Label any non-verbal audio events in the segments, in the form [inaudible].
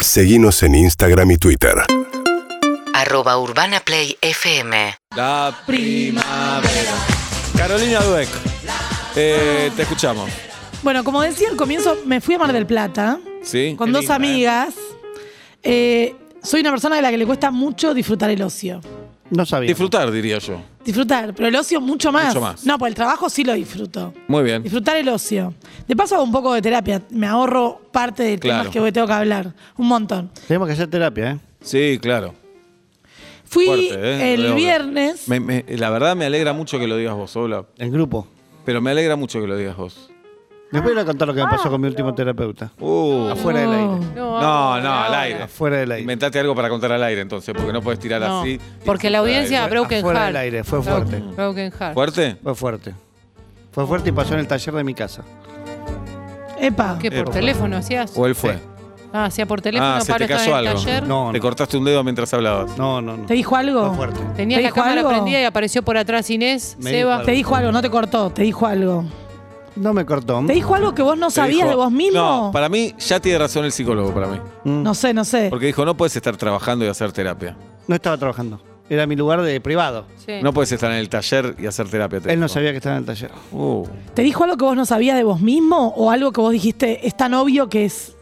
Seguimos en Instagram y Twitter. Arroba Urbana Play FM. La primavera. Carolina Dueck, eh, te escuchamos. Bueno, como decía al comienzo, me fui a Mar del Plata ¿Sí? con Qué dos linda, amigas. Eh, soy una persona a la que le cuesta mucho disfrutar el ocio. No sabía. Disfrutar, diría yo. Disfrutar, pero el ocio mucho más. Mucho más. No, pues el trabajo sí lo disfruto. Muy bien. Disfrutar el ocio. De paso hago un poco de terapia. Me ahorro parte de temas Claro. que hoy tengo que hablar. Un montón. Tenemos que hacer terapia, ¿eh? Sí, claro. Fui Fuerte, ¿eh? el Re obvio. viernes. Me- me- la verdad me alegra mucho que lo digas vos, Ola. En grupo. Pero me alegra mucho que lo digas vos. Les voy a ir a contar lo que me pasó con mi último terapeuta. Uh. Ah. Afuera del aire. Oh, No, No, no, al ahora. aire. Afuera del aire. Inventaste algo para contar al aire entonces, porque no puedes tirar No, así. porque la Al audiencia aire. Broken Afuera Heart. del aire, fue fuerte. Broken Heart. ¿eh? ¿Fuerte? Fue fuerte. Fue fuerte y pasó en el taller de mi casa. Epa. ¿Qué por Eh, teléfono hacías? ¿O él fue? Sí. Ah, hacía por teléfono, Ah, se Pablo te estaba cayó en el algo. taller. No, Te no. cortaste un dedo mientras hablabas. No, no, no. ¿Te dijo algo? Fue fuerte. Tenías ¿Te la dijo cámara algo? prendida y apareció por atrás Inés, Me dijo Seba. algo. Te dijo algo, no te cortó. Te dijo algo. No me cortó. ¿Te dijo algo que vos no Te sabías dijo- de vos mismo? No, para mí ya tiene razón el psicólogo, para mí. Mm. No sé, no sé. Porque dijo, no puedes estar trabajando y hacer terapia. No estaba trabajando. Era mi lugar de privado. Sí. No puedes estar en el taller y hacer terapia. te Él no dijo. sabía que estaba en el taller. Uh. ¿Te dijo algo que vos no sabías de vos mismo o algo que vos dijiste es tan obvio que es.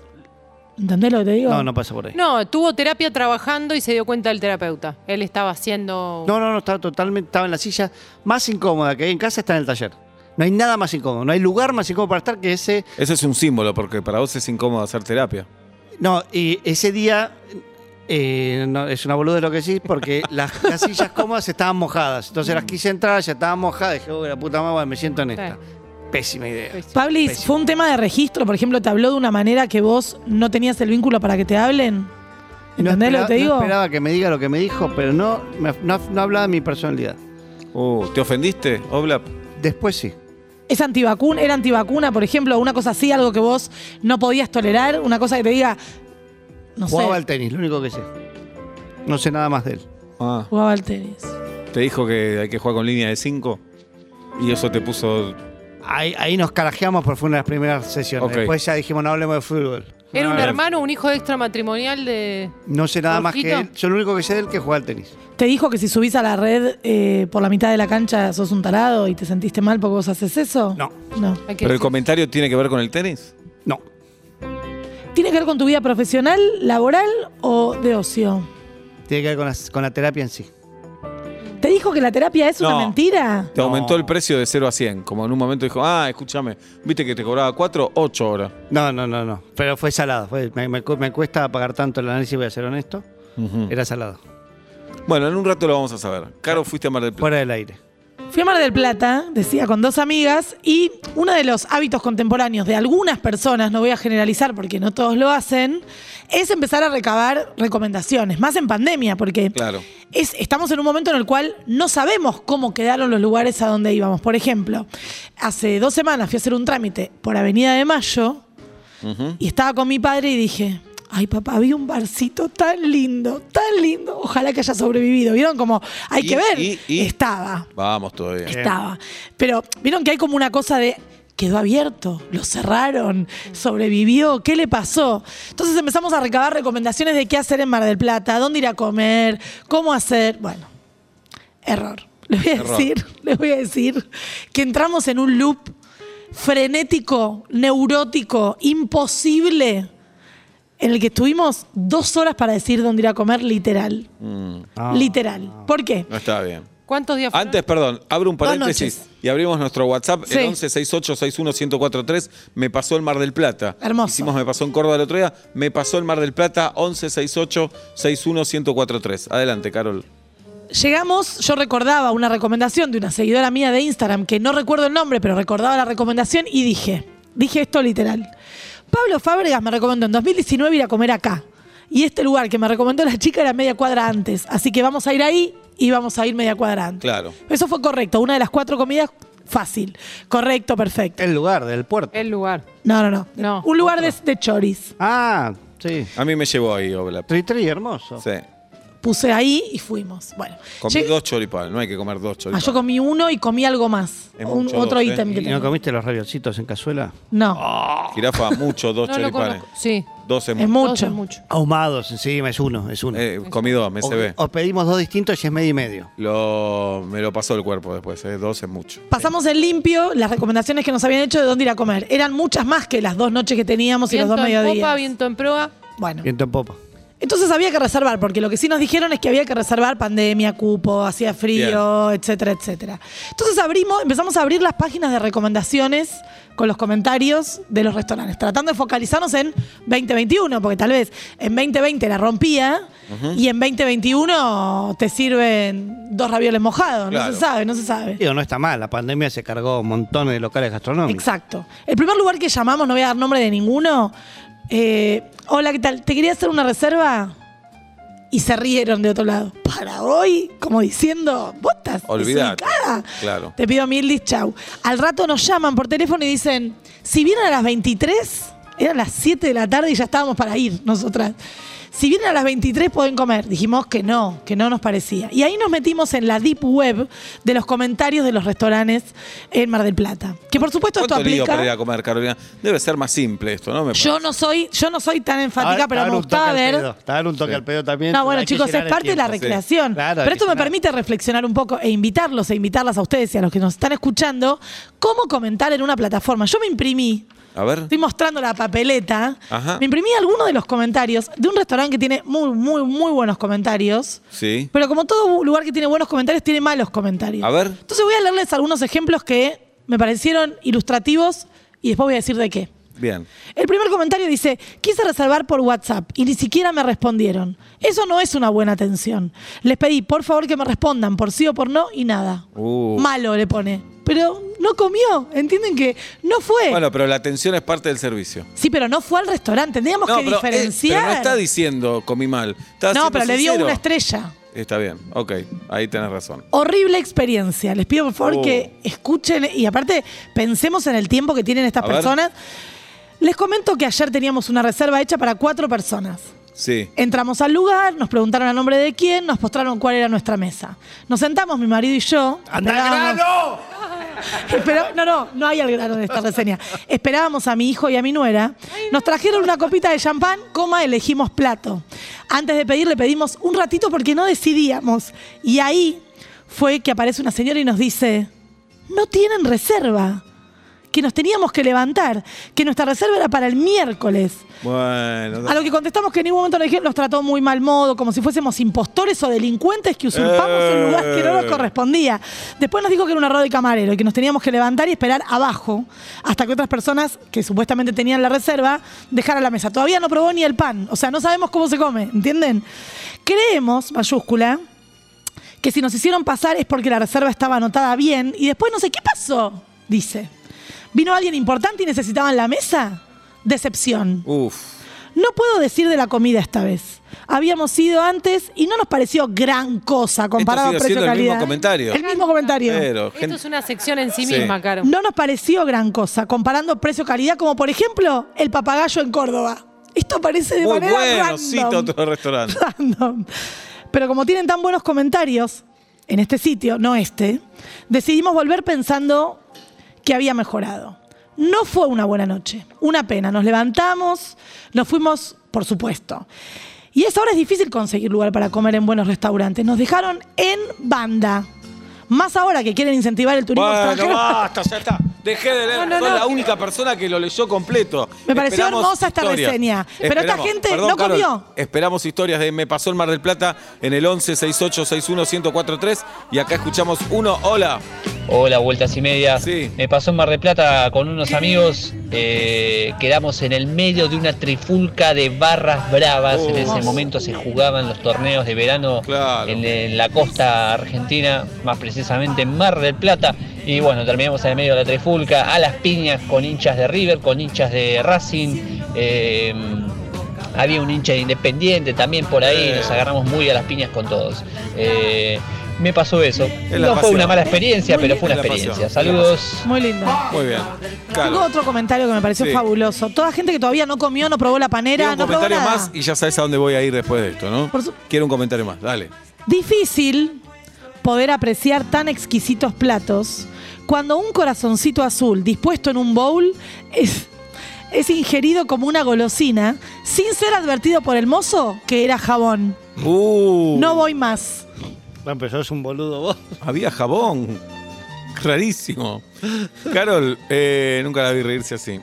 ¿Entendés lo que te digo? No, no pasó por ahí. No, tuvo terapia trabajando y se dio cuenta del terapeuta. Él estaba haciendo. No, no, no, estaba totalmente, estaba en la silla más incómoda que hay en casa, está en el taller. No hay nada más incómodo, no hay lugar más incómodo para estar que ese. Eso es un símbolo, porque para vos es incómodo hacer terapia. No, y ese día eh, no, es una boluda lo que decís, [laughs] porque las, las sillas cómodas estaban mojadas. Entonces las quise entrar, ya estaban mojadas, dije, uy, la puta madre, me siento en esta. Sí. Pésima idea. Pablis, Pésimo. ¿fue un tema de registro? Por ejemplo, ¿te habló de una manera que vos no tenías el vínculo para que te hablen? No ¿Entendés lo espera- que te no digo? esperaba que me diga lo que me dijo, pero no, me- no, no hablaba de mi personalidad. Uh, ¿Te ofendiste, Oblap? Después sí. ¿Es antivacuna? ¿Era antivacuna, por ejemplo? ¿Una cosa así, algo que vos no podías tolerar? ¿Una cosa que te diga. No Jugaba sé. al tenis, lo único que sé. No sé nada más de él. Ah, Jugaba al tenis. te dijo que hay que jugar con línea de 5 y eso te puso... Ahí, ahí nos carajeamos por fue una de las primeras sesiones. Ok. Después ya dijimos, no hablemos de fútbol. Era un Claro. hermano, un hijo extramatrimonial de. No sé nada más que él. Jorgito. Yo lo único que sé de él que juega al tenis. ¿Te dijo que si subís a la red eh, por la mitad de la cancha sos un tarado y te sentiste mal porque vos haces eso? No, No. hay que ¿Pero el decir- comentario tiene que ver con el tenis? no. ¿Tiene que ver con tu vida profesional, laboral o de ocio? Tiene que ver con las- con la, terapia en sí. ¿Te dijo que la terapia es No. una mentira? Te No. aumentó el precio de 0 a 100. Como en un momento dijo, ah, escúchame, viste que te cobraba 4, 8 ahora. No, no, no, no. Pero fue salado. fue- me, me cu- me cuesta pagar tanto el análisis, voy a ser honesto. Mm. Era salado. Bueno, en un rato lo vamos a saber. Caro, fuiste a Mar del Plata. Fuera del aire. Fui a Mar del Plata, decía, con dos amigas, y uno de los hábitos contemporáneos de algunas personas, no voy a generalizar porque no todos lo hacen, es empezar a recabar recomendaciones, más en pandemia, porque Claro. es- estamos en un momento en el cual no sabemos cómo quedaron los lugares a donde íbamos. Por ejemplo, hace dos semanas fui a hacer un trámite por Avenida de Mayo y estaba con mi padre y dije, ay papá, vi un barcito tan lindo, tan lindo, ojalá que haya sobrevivido. ¿Vieron como hay Y- que ver? y- y- Estaba. Vamos todavía. Estaba. Pero vieron que hay como una cosa de. Quedó abierto, lo cerraron, sobrevivió, ¿qué le pasó? Entonces empezamos a recabar recomendaciones de qué hacer en Mar del Plata, dónde ir a comer, cómo hacer. Bueno, error. Les voy a Error. decir, les voy a decir que entramos en un loop frenético, neurótico, imposible, en el que estuvimos dos horas para decir dónde ir a comer, literal. Ah. Ah. Literal. ¿Por qué? Mm, No está bien. ¿Cuántos días fueron? Antes, perdón, abro un paréntesis noches. y abrimos nuestro WhatsApp, Sí. el 1168611043. Me pasó el Mar del Plata. Hermoso. Hicimos Me pasó en Córdoba el otro día. Me pasó el Mar del Plata, 1168611043. Adelante, Carol. Llegamos, yo recordaba una recomendación de una seguidora mía de Instagram, que no recuerdo el nombre, pero recordaba la recomendación y dije, dije esto literal. Pablo Fábregas me recomendó en 2019 ir a comer acá. Y este lugar que me recomendó la chica era media cuadra antes. Así que vamos a ir ahí y vamos a ir media cuadra antes. Claro. Eso fue correcto. Una de las cuatro comidas, fácil. Correcto, perfecto. El lugar del puerto. Eh. El lugar. No, no, no. No, Un lugar de, de choris. Ah, sí. A mí me llevó ahí, Obla. Tritri, hermoso. Sí. puse ahí y fuimos. Bueno, Comí lleg- dos choripanes, no hay que comer dos Ah, choripanes. yo comí uno y comí algo más. Es Un- mucho otro dos, ítem ¿eh? que ¿Y no tengo. comiste los raviolcitos en cazuela? No, Jirafa, mucho, [laughs] dos No lo choripanes. conozco. Sí. Dos en es Dos mucho. es mucho. Ahumados encima, es uno, es uno. eh, Comí dos, me o, se ve. o pedimos dos distintos y es medio y medio. Lo, me lo pasó el cuerpo después, eh, dos es mucho. Pasamos en limpio las recomendaciones que nos habían hecho de dónde ir a comer. Eran muchas más que las dos noches que teníamos y los Viento dos en popa, mediodías. viento en proa. Bueno, Viento en popa. entonces había que reservar, porque lo que sí nos dijeron es que había que reservar pandemia, cupo, hacía frío, etcétera, etcétera. Entonces abrimos, empezamos a abrir las páginas de recomendaciones con los comentarios de los restaurantes, tratando de focalizarnos en 2021, porque tal vez en 2020 la rompía y en 2021 te sirven dos ravioles mojados, no Claro. se sabe, no se sabe. Digo, no está mal, la pandemia se cargó montones de locales gastronómicos. Exacto. El primer lugar que llamamos, no voy a dar nombre de ninguno. eh, Hola, ¿qué tal? ¿Te quería hacer una reserva? Y se rieron de otro lado. Para hoy, como diciendo, vos estás Olvídate. desubicada. Claro. Te pido mil dis, chau. Al rato nos llaman por teléfono y dicen, si vienen a las 23, eran las 7 de la tarde y ya estábamos para ir nosotras. Si vienen a las 23 pueden comer. Dijimos que no, que no nos parecía. Y ahí nos metimos en la deep web de los comentarios de los restaurantes en Mar del Plata. Que por supuesto esto ¿Cuánto lío para ir aplica. a comer, Carolina? Debe ser más simple esto, ¿no? Me Yo parece. no soy, yo no soy tan enfática, Ahora, pero está me Ah, un toque gustaba al ver. pedo, está dar un toque Sí. al pedo también. No, bueno, Hay que chicos, llenar es el parte de la tiempo. sí. recreación. Claro, hay Pero que esto me llenar. permite reflexionar un poco e invitarlos e invitarlas a ustedes y a los que nos están escuchando, cómo comentar en una plataforma. Yo me imprimí, A ver. estoy mostrando la papeleta, Ajá. me imprimí algunos de los comentarios de un restaurante que tiene muy, muy, muy buenos comentarios. Sí. Pero como todo lugar que tiene buenos comentarios, tiene malos comentarios. A ver. Entonces voy a leerles algunos ejemplos que me parecieron ilustrativos y después voy a decir de qué. Bien. El primer comentario dice, quise reservar por WhatsApp y ni siquiera me respondieron. Eso no es una buena atención. Les pedí, por favor, que me respondan por sí o por no y nada. Uh. Malo le pone. Pero no comió, entienden que no fue. Bueno, pero la atención es parte del servicio. sí, pero no fue al restaurante, tendríamos que pero, eh, diferenciar. pero no está diciendo comí mal. Está No, siendo pero le dio sincero. una estrella. Está bien, ok, ahí tenés razón. Horrible experiencia. Les pido por favor Oh. que escuchen y aparte pensemos en el tiempo que tienen estas A ver. personas. Les comento que ayer teníamos una reserva hecha para cuatro personas. Sí. Entramos al lugar, nos preguntaron a nombre de quién, nos postraron cuál era nuestra mesa. Nos sentamos, mi marido y yo. ¡Anda al esperábamos- grano! [laughs] Espera- no, no, no hay al grano de esta reseña. Esperábamos a mi hijo y a mi nuera. Nos trajeron una copita de champán, coma, elegimos plato. Antes de pedir, le pedimos un ratito porque no decidíamos. Y ahí fue que aparece una señora y nos dice: No tienen reserva. Que nos teníamos que levantar. Que nuestra reserva era para el miércoles. Bueno. A lo que contestamos que en ningún momento nos dijeron, los trató muy mal modo, como si fuésemos impostores o delincuentes que usurpamos un lugar que no nos correspondía. Después nos dijo que era un error de camarero y que nos teníamos que levantar y esperar abajo hasta que otras personas que supuestamente tenían la reserva dejaran la mesa. Todavía no probó ni el pan, o sea, no sabemos cómo se come, ¿entienden? Creemos, mayúscula, que si nos hicieron pasar es porque la reserva estaba anotada bien y después no sé qué pasó, dice. ¿Vino alguien importante y necesitaban la mesa? Decepción. Uf. No puedo decir de la comida esta vez. Habíamos ido antes y no nos pareció gran cosa comparado sigue a precio siendo el calidad. mismo comentario. El mismo comentario. Pero, Esto gente- es una sección en sí, Sí. misma, Caro. No nos pareció gran cosa comparando precio calidad como por ejemplo el papagayo en Córdoba. Esto aparece de muy manera bueno, random. cita otro [laughs] restaurante. Random. Pero como tienen tan buenos comentarios en este sitio, no este, decidimos volver pensando que había mejorado. No fue una buena noche, una pena. Nos levantamos, nos fuimos, por supuesto. Y es ahora es difícil conseguir lugar para comer en buenos restaurantes. Nos dejaron en banda. Más ahora que quieren incentivar el turismo Bueno, extranjero. basta, ya está. Dejé de leer. No, no, Soy no. la única persona que lo leyó completo. Me pareció Esperamos hermosa esta historias. reseña. Pero esta Esperamos- gente Perdón, no Carol, comió. Esperamos historias de Me pasó el Mar del Plata en el 11 68 61 1043 y acá escuchamos uno. Hola. Hola, vueltas y media. Sí. Me pasó en Mar del Plata con unos amigos. eh, quedamos en el medio de una trifulca de barras bravas. En Oh. ese momento se jugaban los torneos de verano Claro. en, en la costa argentina, más precisamente en Mar del Plata. Y bueno, terminamos en el medio de la trifulca, a las piñas con hinchas de River, con hinchas de Racing. eh, había un hincha de Independiente también por ahí, Eh. nos agarramos muy a las piñas con todos. Eh, me pasó eso. la No fue pasión. una mala experiencia, Muy pero fue una bien. Es la experiencia. pasión. Saludos. Muy lindo. Muy bien. Tengo Claro. otro comentario que me pareció Sí. fabuloso. Toda gente que todavía no comió, no probó la Quiero panera, un no probó comentario nada. más y ya sabes a dónde voy a ir después de esto, ¿no? Por su- Quiero un comentario más, dale. Difícil poder apreciar tan exquisitos platos cuando un corazoncito azul dispuesto en un bowl es, es ingerido como una golosina sin ser advertido por el mozo que era jabón. Uh, No voy más. Bueno, pero sos un boludo vos. Había jabón. Rarísimo. Carol, eh, nunca la vi reírse así.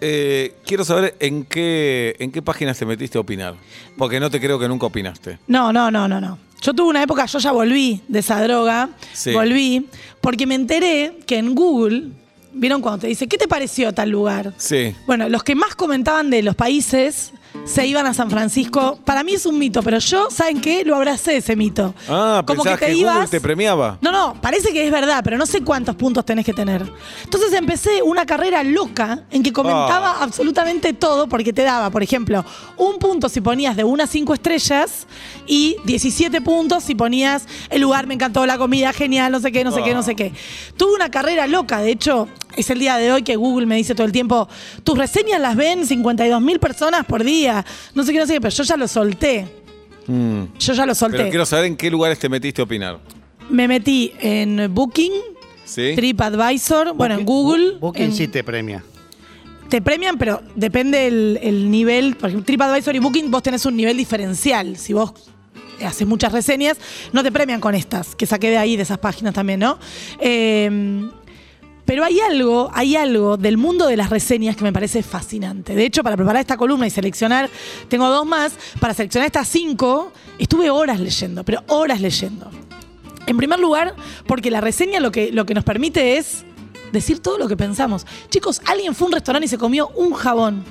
Eh, quiero saber en qué, en qué páginas te metiste a opinar. Porque no te creo que nunca opinaste. No, no, no, no, no. Yo tuve una época, yo ya volví de esa droga, Sí. volví, porque me enteré que en Google, vieron cuando te dice, ¿qué te pareció tal lugar? Sí. Bueno, los que más comentaban de los países se iban a San Francisco. Para mí es un mito, pero yo, ¿saben qué? Lo abracé ese mito. Ah, pensabas que, Google te premiaba. No, no, parece que es verdad, pero no sé cuántos puntos tenés que tener. Entonces empecé una carrera loca en que comentaba Ah. absolutamente todo porque te daba, por ejemplo, un punto si ponías de una a cinco estrellas y 17 puntos si ponías el lugar, me encantó, la comida, genial, no sé qué, no sé qué, no sé qué. Ah. Tuve una carrera loca, de hecho, es el día de hoy que Google me dice todo el tiempo, tus reseñas las ven 52 mil personas por día, no sé qué, no sé qué, pero yo ya lo solté. Mm. Yo ya lo solté. Pero quiero saber en qué lugares te metiste a opinar. Me metí en Booking, ¿Sí? TripAdvisor, bueno, en Google. Booking en- sí te premia. Te premian, pero depende el, el nivel. Por ejemplo, TripAdvisor y Booking, vos tenés un nivel diferencial. Si vos haces muchas reseñas, no te premian con estas, que saqué de ahí, de esas páginas también, ¿no? Eh, pero hay algo, hay algo del mundo de las reseñas que me parece fascinante. De hecho, para preparar esta columna y seleccionar, tengo dos más, para seleccionar estas cinco, estuve horas leyendo, pero horas leyendo. En primer lugar, porque la reseña lo que, lo que nos permite es decir todo lo que pensamos. Chicos, alguien fue a un restaurante y se comió un jabón.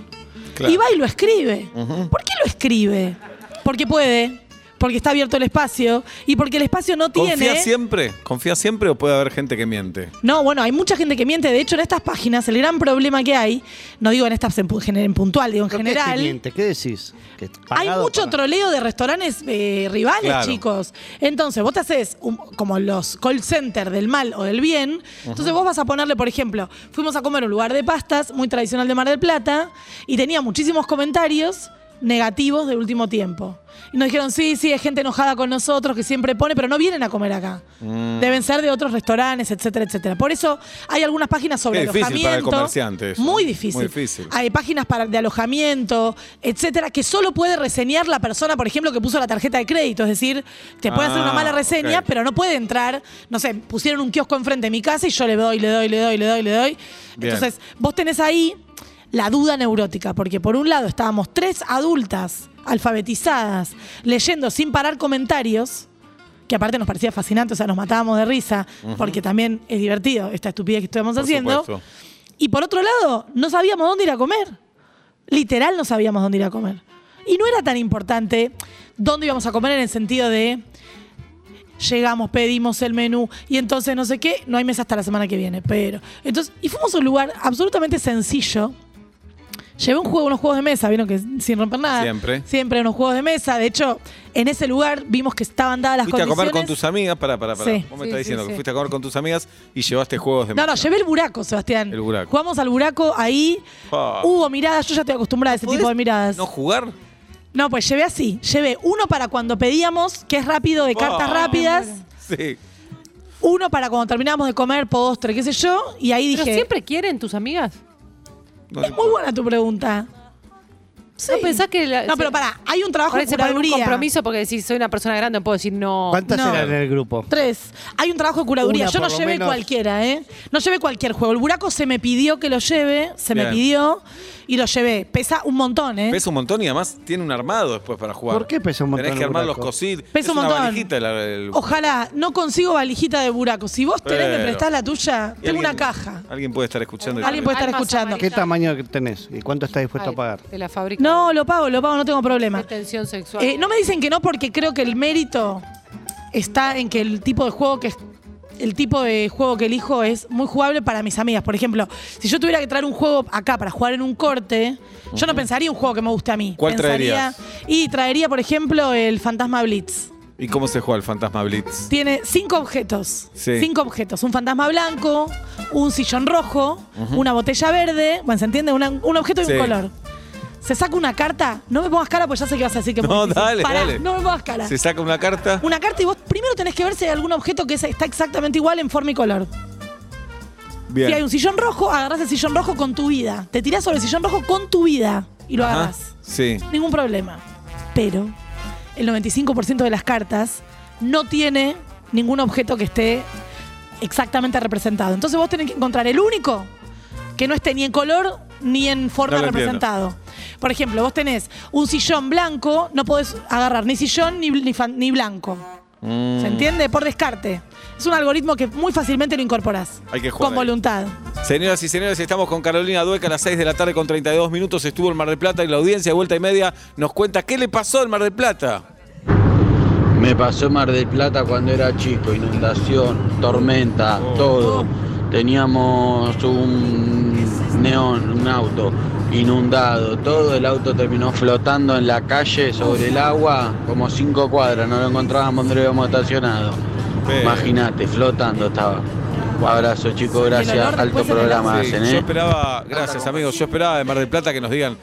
Claro. Y va y lo escribe. ¿Por qué lo escribe? Porque puede, porque está abierto el espacio y porque el espacio no ¿Confía tiene... siempre? ¿Confía siempre o puede haber gente que miente? No, bueno, hay mucha gente que miente. De hecho, en estas páginas, el gran problema que hay, no digo en estas en, pu- gener- en puntual, digo en ¿Pero qué es que general. miente? ¿Qué decís? Que Hay pagado mucho para- troleo de restaurantes eh, rivales, Claro. chicos. Entonces, vos te haces un- como los call center del mal o del bien. Entonces, vos vas a ponerle, por ejemplo, fuimos a comer a un lugar de pastas muy tradicional de Mar del Plata y tenía muchísimos comentarios negativos del último tiempo. Y nos dijeron, sí, sí, hay gente enojada con nosotros que siempre pone, pero no vienen a comer acá. Mm. Deben ser de otros restaurantes, etcétera, etcétera. Por eso hay algunas páginas sobre Es difícil para el alojamiento. comerciante eso. ¿eh? Muy difícil. Muy difícil. Hay páginas para, de alojamiento, etcétera, que solo puede reseñar la persona, por ejemplo, que puso la tarjeta de crédito. Es decir, te puede hacer una Ah, mala reseña, ok. pero no puede entrar. No sé, pusieron un kiosco enfrente de mi casa y yo le doy, le doy, le doy, le doy, le doy. Bien. Entonces, vos tenés ahí la duda neurótica, porque por un lado estábamos tres adultas alfabetizadas leyendo sin parar comentarios que aparte nos parecía fascinante, o sea, nos matábamos de risa, porque también es divertido esta estupidez que estuvimos Por haciendo. supuesto. Y por otro lado, no sabíamos dónde ir a comer. Literal no sabíamos dónde ir a comer. Y no era tan importante dónde íbamos a comer en el sentido de llegamos, pedimos el menú y entonces no sé qué, no hay mesa hasta la semana que viene, pero entonces y fuimos a un lugar absolutamente sencillo. Llevé un juego, unos juegos de mesa, vieron que sin romper nada. Siempre. Siempre unos juegos de mesa. De hecho, en ese lugar vimos que estaban dadas las Fuiste a condiciones. comer con tus amigas, pará, pará, pará. Sí. Vos me estás Sí, sí, diciendo que sí. fuiste a comer con tus amigas y llevaste juegos de No, no, mesa. llevé el buraco, Sebastián. El buraco. Jugamos al buraco ahí. Ah. Hubo miradas, yo ya estoy acostumbrada a ese Uh, tipo de miradas. ¿No jugar? No, pues llevé así. Llevé uno para cuando pedíamos, que es rápido, de cartas Ah. rápidas. Sí. Uno para cuando terminábamos de comer postre, qué sé yo. Y ahí ¿Pero dije. siempre quieren tus amigas? No Es sé. muy buena tu pregunta. Sí. ¿No pensás que la- No, pero pará, hay un trabajo Ahora de se pone un curaduría. compromiso porque decís, soy una persona grande, no puedo decir no. ¿Cuántas No. eran en el grupo? Tres. Hay un trabajo de curaduría. Una, Yo no por lo llevé menos. cualquiera, ¿eh? No llevé cualquier juego. El buraco se me pidió que lo lleve, se me Bien. pidió y lo llevé. Pesa un montón, ¿eh? Pesa un montón y además tiene un armado después para jugar. ¿Por qué pesa un montón Tenés que el armar los buraco? cositos. Pesa un montón. Una valijita la- el- Ojalá, no consigo valijita de buraco. Si vos tenés, me Pero- prestás la y tuya, tengo alguien- una caja. Alguien puede estar escuchando. y Alguien puede estar Almas escuchando. ¿Qué tamaño tenés? ¿Y cuánto estás dispuesto a pagar? De la fábrica. No, lo pago, lo pago, no tengo problema. De tensión sexual. Eh, no me dicen que no porque creo que el mérito está en que el tipo de juego que es- el tipo de juego que elijo es muy jugable para mis amigas. Por ejemplo, si yo tuviera que traer un juego acá para jugar en un corte, yo no pensaría un juego que me guste a mí. ¿Cuál Pensaría- traerías? Y traería, por ejemplo, el Fantasma Blitz. ¿Y cómo se juega el fantasma Blitz? Tiene cinco objetos. Sí. Cinco objetos. Un fantasma blanco, un sillón rojo, una botella verde. Bueno, ¿se entiende? Una- un objeto y Sí. un color. Se saca una carta. No me pongas cara, pues ya sé que vas a decir que es No, muy difícil. dale, Pará, dale. No me pongas cara. Se saca una carta. Una carta y vos primero tenés que ver si hay algún objeto que es- está exactamente igual en forma y color. Bien. Si hay un sillón rojo, agarrás el sillón rojo con tu vida. Te tirás sobre el sillón rojo con tu vida y lo Ajá. agarrás. Sí. Ningún problema. Pero el 95% de las cartas no tiene ningún objeto que esté exactamente representado. Entonces vos tenés que encontrar el único que no esté ni en color ni en forma No lo entiendo. representado. Por ejemplo, vos tenés un sillón blanco, no podés agarrar ni sillón ni, ni fan- ni blanco. Mm. ¿Se entiende? Por descarte. Es un algoritmo que muy fácilmente lo incorporás. Hay que jugar Con ahí. voluntad. Señoras y señores, estamos con Carolina Dueca a las 6 de la tarde con 32 minutos. Estuvo en Mar del Plata y la audiencia de vuelta y media nos cuenta qué le pasó en Mar del Plata. Me pasó Mar del Plata cuando era chico, inundación, tormenta, Oh. todo. Teníamos un neón, un auto inundado, todo el auto terminó flotando en la calle sobre el agua, como cinco cuadras, no lo encontrábamos donde lo habíamos estacionado. Pero- Imagínate, flotando estaba. Abrazo chicos, olor gracias, después alto en el programa Sí, hacen, Yo ¿eh? esperaba, gracias amigos, yo esperaba de Mar del Plata que nos digan,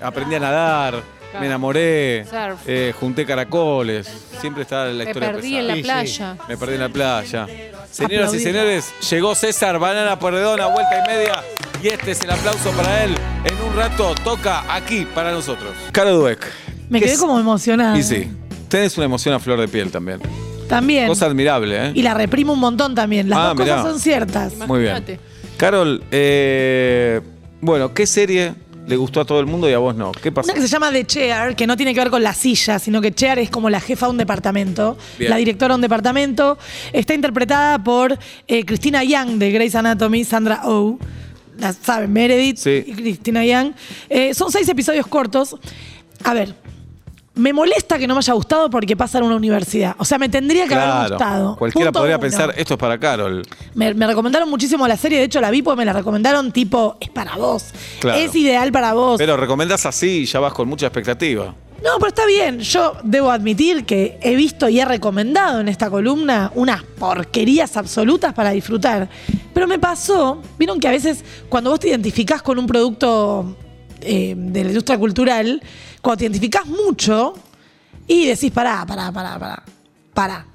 aprendí a nadar, me enamoré, Surf. eh, junté caracoles, siempre está la Me historia perdí en pesada. la Sí, sí. playa. Me perdí en la playa. Señoras Aplaudí. y señores, llegó César Banana Perdona, vuelta y media. Y este es el aplauso para él. En un rato toca aquí para nosotros. Caro Dueck. Me ¿qué quedé es- como emocionada. Y sí, tenés una emoción a flor de piel también. También. Cosa admirable, ¿eh? Y la reprimo un montón también. Las Ah, dos mirá. cosas son ciertas. Muy bien. Imagínate. Carol, eh, bueno, ¿qué serie le gustó a todo el mundo y a vos no? ¿Qué pasó? Una que se llama The Chair, que no tiene que ver con la silla, sino que Chair es como la jefa de un departamento, Bien. la directora de un departamento. Está interpretada por eh, Christina Young de Grey's Anatomy, Sandra Oh. La saben, Meredith Sí. y Christina Young. Eh, son seis episodios cortos. A ver, me molesta que no me haya gustado porque pasa en una universidad. O sea, me tendría que haber gustado. Cualquiera Punto podría uno. pensar, eh. esto es para Carol. Me, me recomendaron muchísimo la serie, de hecho la vi porque me la recomendaron tipo, es para vos. Claro. Es ideal para vos. Pero recomendás así y ya vas con mucha expectativa. No, pero está bien. Yo debo admitir que he visto y he recomendado en esta columna unas porquerías absolutas para disfrutar. Pero me pasó, vieron que a veces cuando vos te identificás con un producto eh, de la industria cultural, cuando te identificás mucho y decís, pará, pará, pará, pará, pará.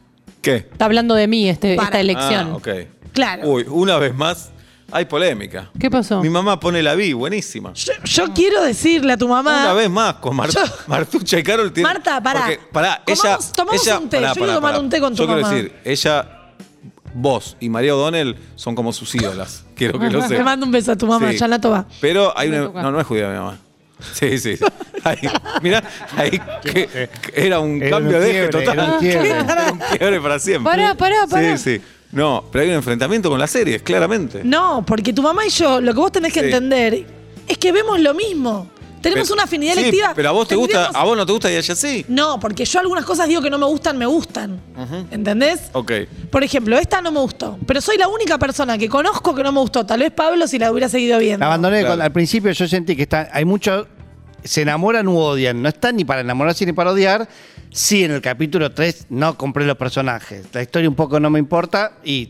¿Qué? Está hablando de mí este, Para. esta elección. Ah, ok. Claro. Uy, una vez más hay polémica. ¿Qué pasó? Mi mamá pone la vi, buenísima. Yo, yo quiero decirle a tu mamá... Mm. Una vez más, con Mar- Yo- Martucha y Carol tiene. Marta, pará. Porque, pará, Comamos- ella. tomamos ella- un té. Yo quiero tomar un té con tu Yo quiero mamá. decir, ella, vos y María O'Donnell son como sus ídolas. Quiero que lo [laughs] Le sepan. mando un beso a tu mamá, Sí. ya la toma. Pero hay una. toca. No, no es judía mi mamá. Sí, sí. sí. Ahí, mirá, ahí que- que era un Era un cambio de eje quiebre, total. era un [laughs] quiebre. Era un quiebre para siempre. Pará, pará, pará. Sí, sí. No, pero hay un enfrentamiento con las series, claramente. No, porque tu mamá y yo, lo que vos tenés que Sí. entender es que vemos lo mismo. Tenemos Pero- una afinidad sí, electiva. Pero a vos te gusta, Tendríamos- a vos no te gusta y a ella sí. No, porque yo algunas cosas digo que no me gustan, me gustan. ¿Entendés? Ok. Por ejemplo, esta no me gustó, pero soy la única persona que conozco que no me gustó. Tal vez Pablo si la hubiera seguido viendo. La abandoné. Claro. cuando- al principio yo sentí que está, hay muchos. Se enamoran u odian. No están ni para enamorarse ni para odiar. Sí, en el capítulo 3 no compré los personajes. La historia un poco no me importa y.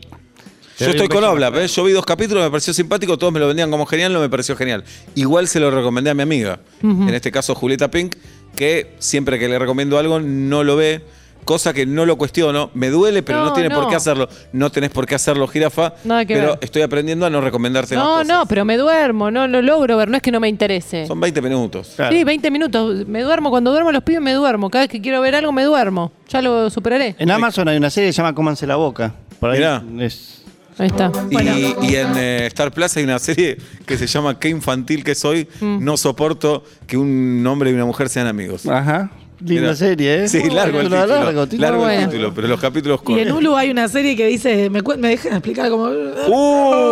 Yo estoy con Obla, ¿ves? yo vi dos capítulos, me pareció simpático, todos me lo vendían como genial, no me pareció genial. Igual se lo recomendé a mi amiga, en este caso Julieta Pink, que siempre que le recomiendo algo no lo ve, cosa que no lo cuestiono, me duele, pero no, No, tiene por no. qué hacerlo. No tenés por qué hacerlo, jirafa, Nada que pero ver. estoy aprendiendo a no recomendarte más No, cosas. no, pero me duermo, no lo logro ver, no es que no me interese. Son 20 minutos. Sí, 20 minutos, me duermo, cuando duermo los pibes me duermo, cada vez que quiero ver algo me duermo, ya lo superaré. En Amazon hay una serie que se llama Cómanse la boca. Por ahí Mirá. es- Ahí está. Y, y en eh, Star Plus hay una serie que se llama Qué infantil que soy, Mm. no soporto que un hombre y una mujer sean amigos. Ajá. Linda Mirá. serie, ¿eh? Sí, largo el Título título. largo, título largo el bueno. título, pero los capítulos Y cortos. en Hulu hay una serie que dice, me, cu- me dejan explicar cómo...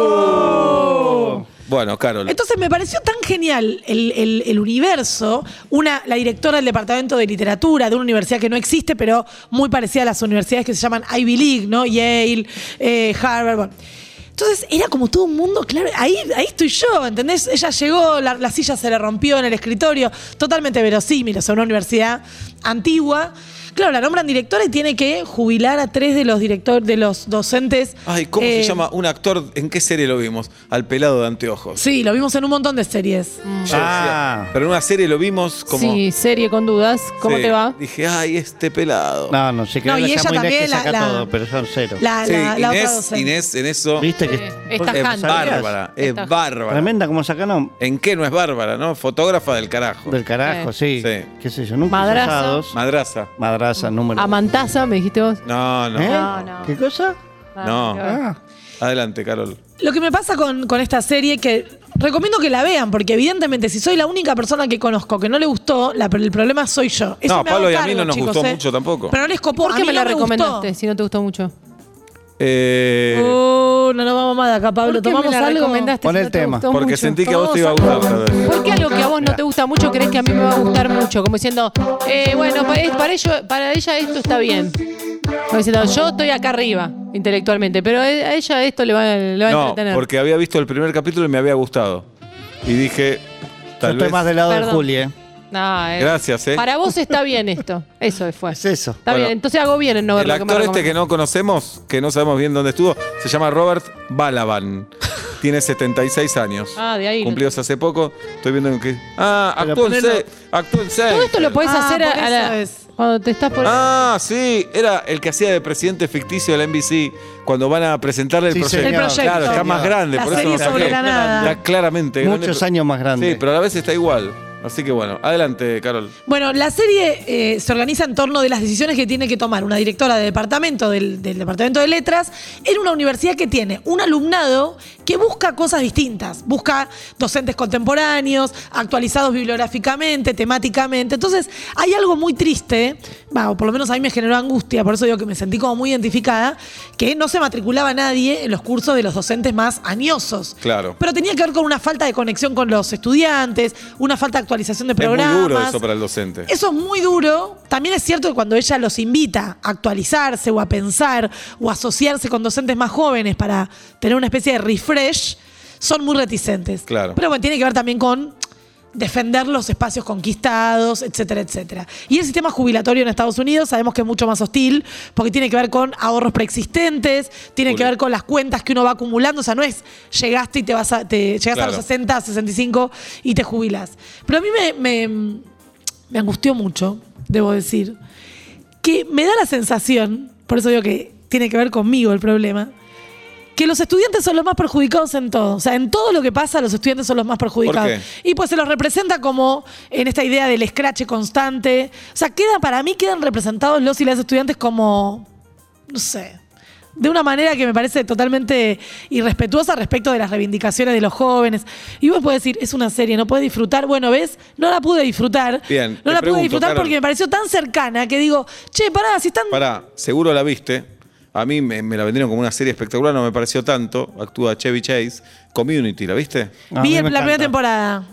¡Uh! Bueno, Carol. Entonces me pareció tan genial el, el- el universo. Una, la directora del departamento de literatura de una universidad que no existe, pero muy parecida a las universidades que se llaman Ivy League, ¿no? Yale, eh, Harvard. bueno. Entonces era como todo un mundo, claro, ahí, ahí estoy yo, ¿entendés? Ella llegó, la, la silla se le rompió en el escritorio, totalmente verosímil, o sea, una universidad antigua. Claro, la nombran directora y tiene que jubilar a tres de los directores, de los docentes. Ay, ¿cómo eh, se llama un actor? ¿En qué serie lo vimos? Al pelado de anteojos. Sí, lo vimos en un montón de series. Yo decía, Ah. pero en una serie lo vimos como. Sí, serie con dudas. ¿Cómo Sí. te va? Dije, ay, este pelado. No, no sé qué No, habla y esa ella muy bien que también, la- saca la- todo, pero son cero. La, Sí, la- la otra Inés, docente. Inés en eso ¿Viste que Eh, es porque- tajante. ¿sabías? bárbara. Es Está- bárbara. Tremenda como sacaron ¿En qué no es bárbara, no? Fotógrafa del carajo. del carajo, sí. Sí. Qué sé yo, nunca Madraza. usados. Madraza. Madraza, número. uno. Amantaza, me dijiste vos. No, no. ¿Eh? No, no. ¿Qué cosa? No. qué va. Ah. Adelante, Carol. Lo que me pasa con, con esta serie que recomiendo que la vean, porque evidentemente si soy la única persona que conozco que no le gustó, la- el problema soy yo. Eso No, me hago Pablo y a mí cargo, no nos chicos, gustó ¿eh? mucho tampoco. Pero no les copó. ¿Por qué A mí me la no gustó. recomendaste si no te gustó mucho? Eh, Oh, no nos vamos más de acá, Pablo. ¿Por qué Tomamos me la algo. recomendaste Pon si el no te tema. gustó Porque mucho? sentí que a vos te iba a Tomamos gustar, algo. tal vez. ¿Por qué algo que a vos no te gusta mucho crees que a mí me va a gustar mucho? Como diciendo, eh, bueno, pa- es- para, ello- para ella esto está bien. Como diciendo, yo estoy acá arriba intelectualmente, pero a a ella esto le va, le va a no, entretener. porque había visto el primer capítulo y me había gustado. Y dije, Yo tal estoy vez. más del lado de Perdón. Juli, ¿eh? No, eh, Gracias, ¿eh? Para vos está bien esto. Eso fue. Es eso. Está Bueno, bien, entonces hago bien en no ver El lo que me actor este que recomendaste. no conocemos, que no sabemos bien dónde estuvo, se llama Robert Balaban. Tiene 76 años. Ah, de ahí. Cumplidos hace poco. Estoy viendo en qué. Ah, Pero actuó en, ponelo- Se- actuó en Todo Seinfeld. esto lo podés Ah, hacer a, por a la- eso es. cuando te estás por. Ah, sí, era el que hacía de presidente ficticio de la NBC cuando van a presentarle el Sí, proyecto. señor. El proyecto. Claro, está más grande, La por eso serie no sobre saqué. la nada. Está claramente grande, Muchos pero- años más grande. Sí, pero a la vez está igual. Así que bueno, adelante, Carol. Bueno, la serie eh, se organiza en torno de las decisiones que tiene que tomar una directora de departamento, del, del departamento de letras, en una universidad que tiene un alumnado que busca cosas distintas. Busca docentes contemporáneos, actualizados bibliográficamente, temáticamente. Entonces, hay algo muy triste, va, o por lo menos a mí me generó angustia, por eso digo que me sentí como muy identificada, que no se matriculaba nadie en los cursos de los docentes más añosos. Claro. Pero tenía que ver con una falta de conexión con los estudiantes, una falta de actualización de programas. Es muy duro eso para el docente. Eso es muy duro. También es cierto que cuando ella los invita a actualizarse o a pensar o a asociarse con docentes más jóvenes para tener una especie de refresh, son muy reticentes. Claro. Pero bueno, tiene que ver también con defender los espacios conquistados, etcétera, etcétera. Y el sistema jubilatorio en Estados Unidos sabemos que es mucho más hostil porque tiene que ver con ahorros preexistentes, tiene que Juli. ver con las cuentas que uno va acumulando, o sea, no es llegaste y te vas a, te, llegas a Claro. los 60, 65 y te jubilas. Pero a mí me- me, me angustió mucho, debo decir, que me da la sensación, por eso digo que tiene que ver conmigo el problema, que los estudiantes son los más perjudicados en todo. O sea, en todo lo que pasa, los estudiantes son los más perjudicados. ¿Por Y pues se los representa como en esta idea del escrache constante. O sea, queda, para mí quedan representados los y las estudiantes como, no sé, de una manera que me parece totalmente irrespetuosa respecto de las reivindicaciones de los jóvenes. Y vos podés decir, es una serie, no podés disfrutar. Bueno, ¿ves? No la pude disfrutar. Bien, te no la pregunto, pude disfrutar Carol. porque me pareció tan cercana que digo, che, pará, si están... Pará, seguro la viste. A mí me, me la vendieron como una serie espectacular, no me pareció tanto. Actúa Chevy Chase. Community, ¿la viste? A mí Vi me el- la primera encanta. temporada.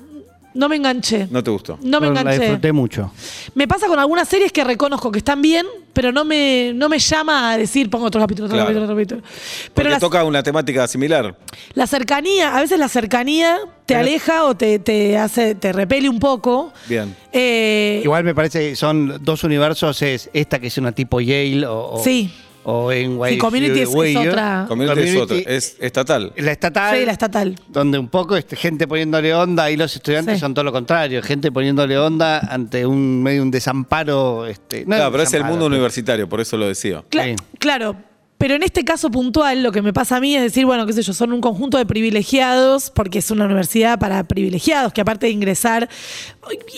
No me enganché. No, No te gustó. me Pero La enganché. disfruté mucho. Me pasa con algunas series que reconozco que están bien, pero no me, no me llama a decir, pongo otro capítulo, otro Claro. capítulo, otro capítulo. Porque Pero la, toca una temática similar. la cercanía, a veces la cercanía te aleja o te, te hace, te repele un poco. Bien. Eh, Igual me parece que son dos universos, es esta que es una tipo Yale o, o- Sí. o en Sí, Community es- es otra. Community, es otra, es estatal. La estatal, Sí, la estatal. donde un poco este, gente poniéndole onda y los estudiantes Sí. son todo lo contrario, gente poniéndole onda ante un medio un desamparo. Este, no Claro, pero es el desamparo, mundo pero- universitario, por eso lo decía. Cla- Sí. Claro, pero en este caso puntual lo que me pasa a mí es decir, bueno, qué sé yo, son un conjunto de privilegiados, porque es una universidad para privilegiados, que aparte de ingresar,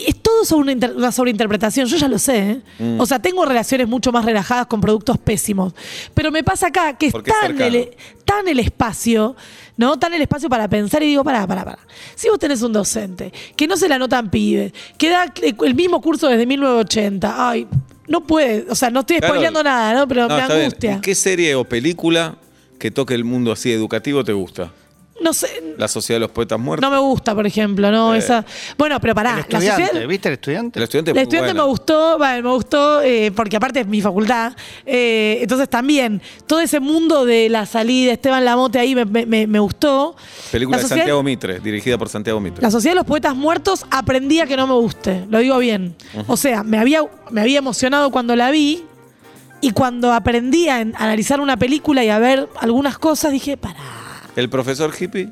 es todo sobre una, inter- una sobreinterpretación, yo ya lo sé. ¿eh? Mm. O sea, tengo relaciones mucho más relajadas con productos pésimos, pero me pasa acá que es Porque es tan cercano. el, tan el espacio, ¿no? Tan el espacio para pensar y digo, pará, pará, pará. Si vos tenés un docente que no se la notan pibes, que da eh, el mismo curso desde 1980, ay... No puede, o sea, no estoy Claro. spoileando nada, ¿no? Pero No, me está bien. angustia. ¿Y ¿Qué serie o película que toque el mundo así educativo te gusta? No sé, La Sociedad de los Poetas Muertos. no me gusta, por ejemplo, ¿no? Eh, Esa. Bueno, pero pará, el Ah, la estudiante, sociedad. ¿viste el estudiante? El estudiante, La estudiante bueno. me gustó, vale, me gustó, eh, porque aparte es mi facultad. eh, entonces también, todo ese mundo de la salida, Esteban Lamote ahí me, me- me- me gustó. Película La de sociedad- Santiago Mitre, dirigida por Santiago Mitre. La Sociedad de los Poetas Muertos aprendí a que no me guste, lo digo bien. O sea, me había, me había emocionado cuando la vi y cuando aprendí a en- analizar una película y a ver algunas cosas, dije, pará, ¿El profesor hippie?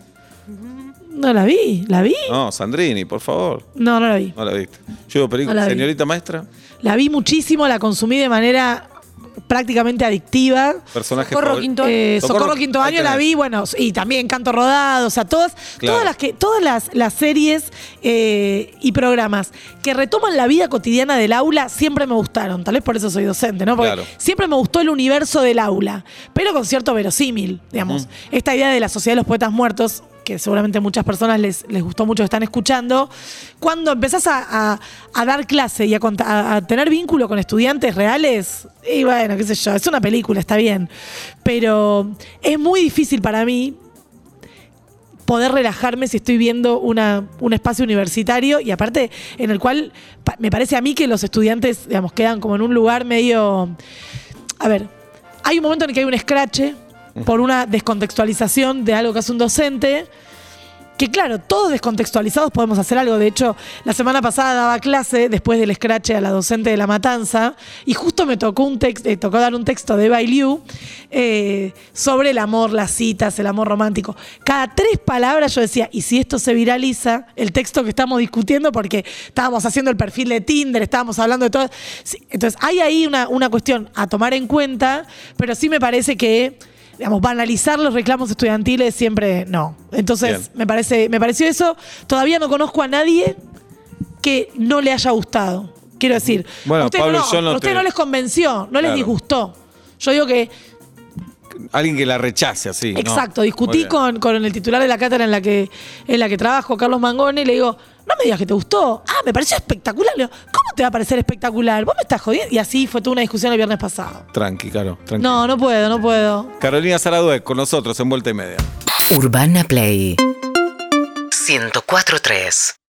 no la vi, ¿la vi? No, Sandrini, por favor. No, no la vi. No la viste. Yo veo película. No la vi. Señorita maestra, La vi muchísimo, la consumí de manera prácticamente adictiva. personaje Socorro favor- Quinto- Eh, Socorro, Socorro Quinto ahí Año la tenés. vi, bueno, y también Canto Rodado, o sea, todas, Claro. todas las que, todas las, las series eh, y programas que retoman la vida cotidiana del aula siempre me gustaron. Tal vez por eso soy docente, ¿no? Porque Claro. siempre me gustó el universo del aula, pero con cierto verosímil, digamos. Esta idea de la sociedad de los poetas muertos que seguramente muchas personas les, les gustó mucho, están escuchando, cuando empezás a, a- a dar clase y a, cont- a- a tener vínculo con estudiantes reales, y bueno, qué sé yo, es una película, está bien, pero es muy difícil para mí poder relajarme si estoy viendo una, un espacio universitario y aparte en el cual pa- me parece a mí que los estudiantes, digamos, quedan como en un lugar medio... A ver, hay un momento en el que hay un escrache por una descontextualización de algo que hace un docente, que claro, todos descontextualizados podemos hacer algo. De hecho, la semana pasada daba clase después del escrache a la docente de La Matanza y justo me tocó, un tex- eh, tocó dar un texto de Bailiu eh, sobre el amor, las citas, el amor romántico. Cada tres palabras yo decía, y si esto se viraliza, el texto que estamos discutiendo, porque estábamos haciendo el perfil de Tinder, estábamos hablando de todo. Sí, Entonces, hay ahí una, una cuestión a tomar en cuenta, pero sí me parece que... Digamos, banalizar los reclamos estudiantiles siempre no. Entonces, Bien. me, parece, me pareció eso. Todavía no conozco a nadie que no le haya gustado. Quiero decir, Bueno, a ustedes Pablo, no, yo no a ustedes te- no les convenció, no les Claro. disgustó. Yo digo que, Alguien que la rechace así. ¿no? exacto, Muy discutí bien. con, con el titular de la cátedra en la que, en la que trabajo, Carlos Mangone, y le digo, no me digas que te gustó. Ah, me pareció espectacular. Le digo, ¿cómo te va a parecer espectacular? Vos me estás jodiendo. Y así fue toda una discusión el viernes pasado. Tranqui, Caro. Tranqui. No, no puedo, no puedo. Carolina Zaradue, con nosotros en Vuelta y Media. Urbana Play 104.3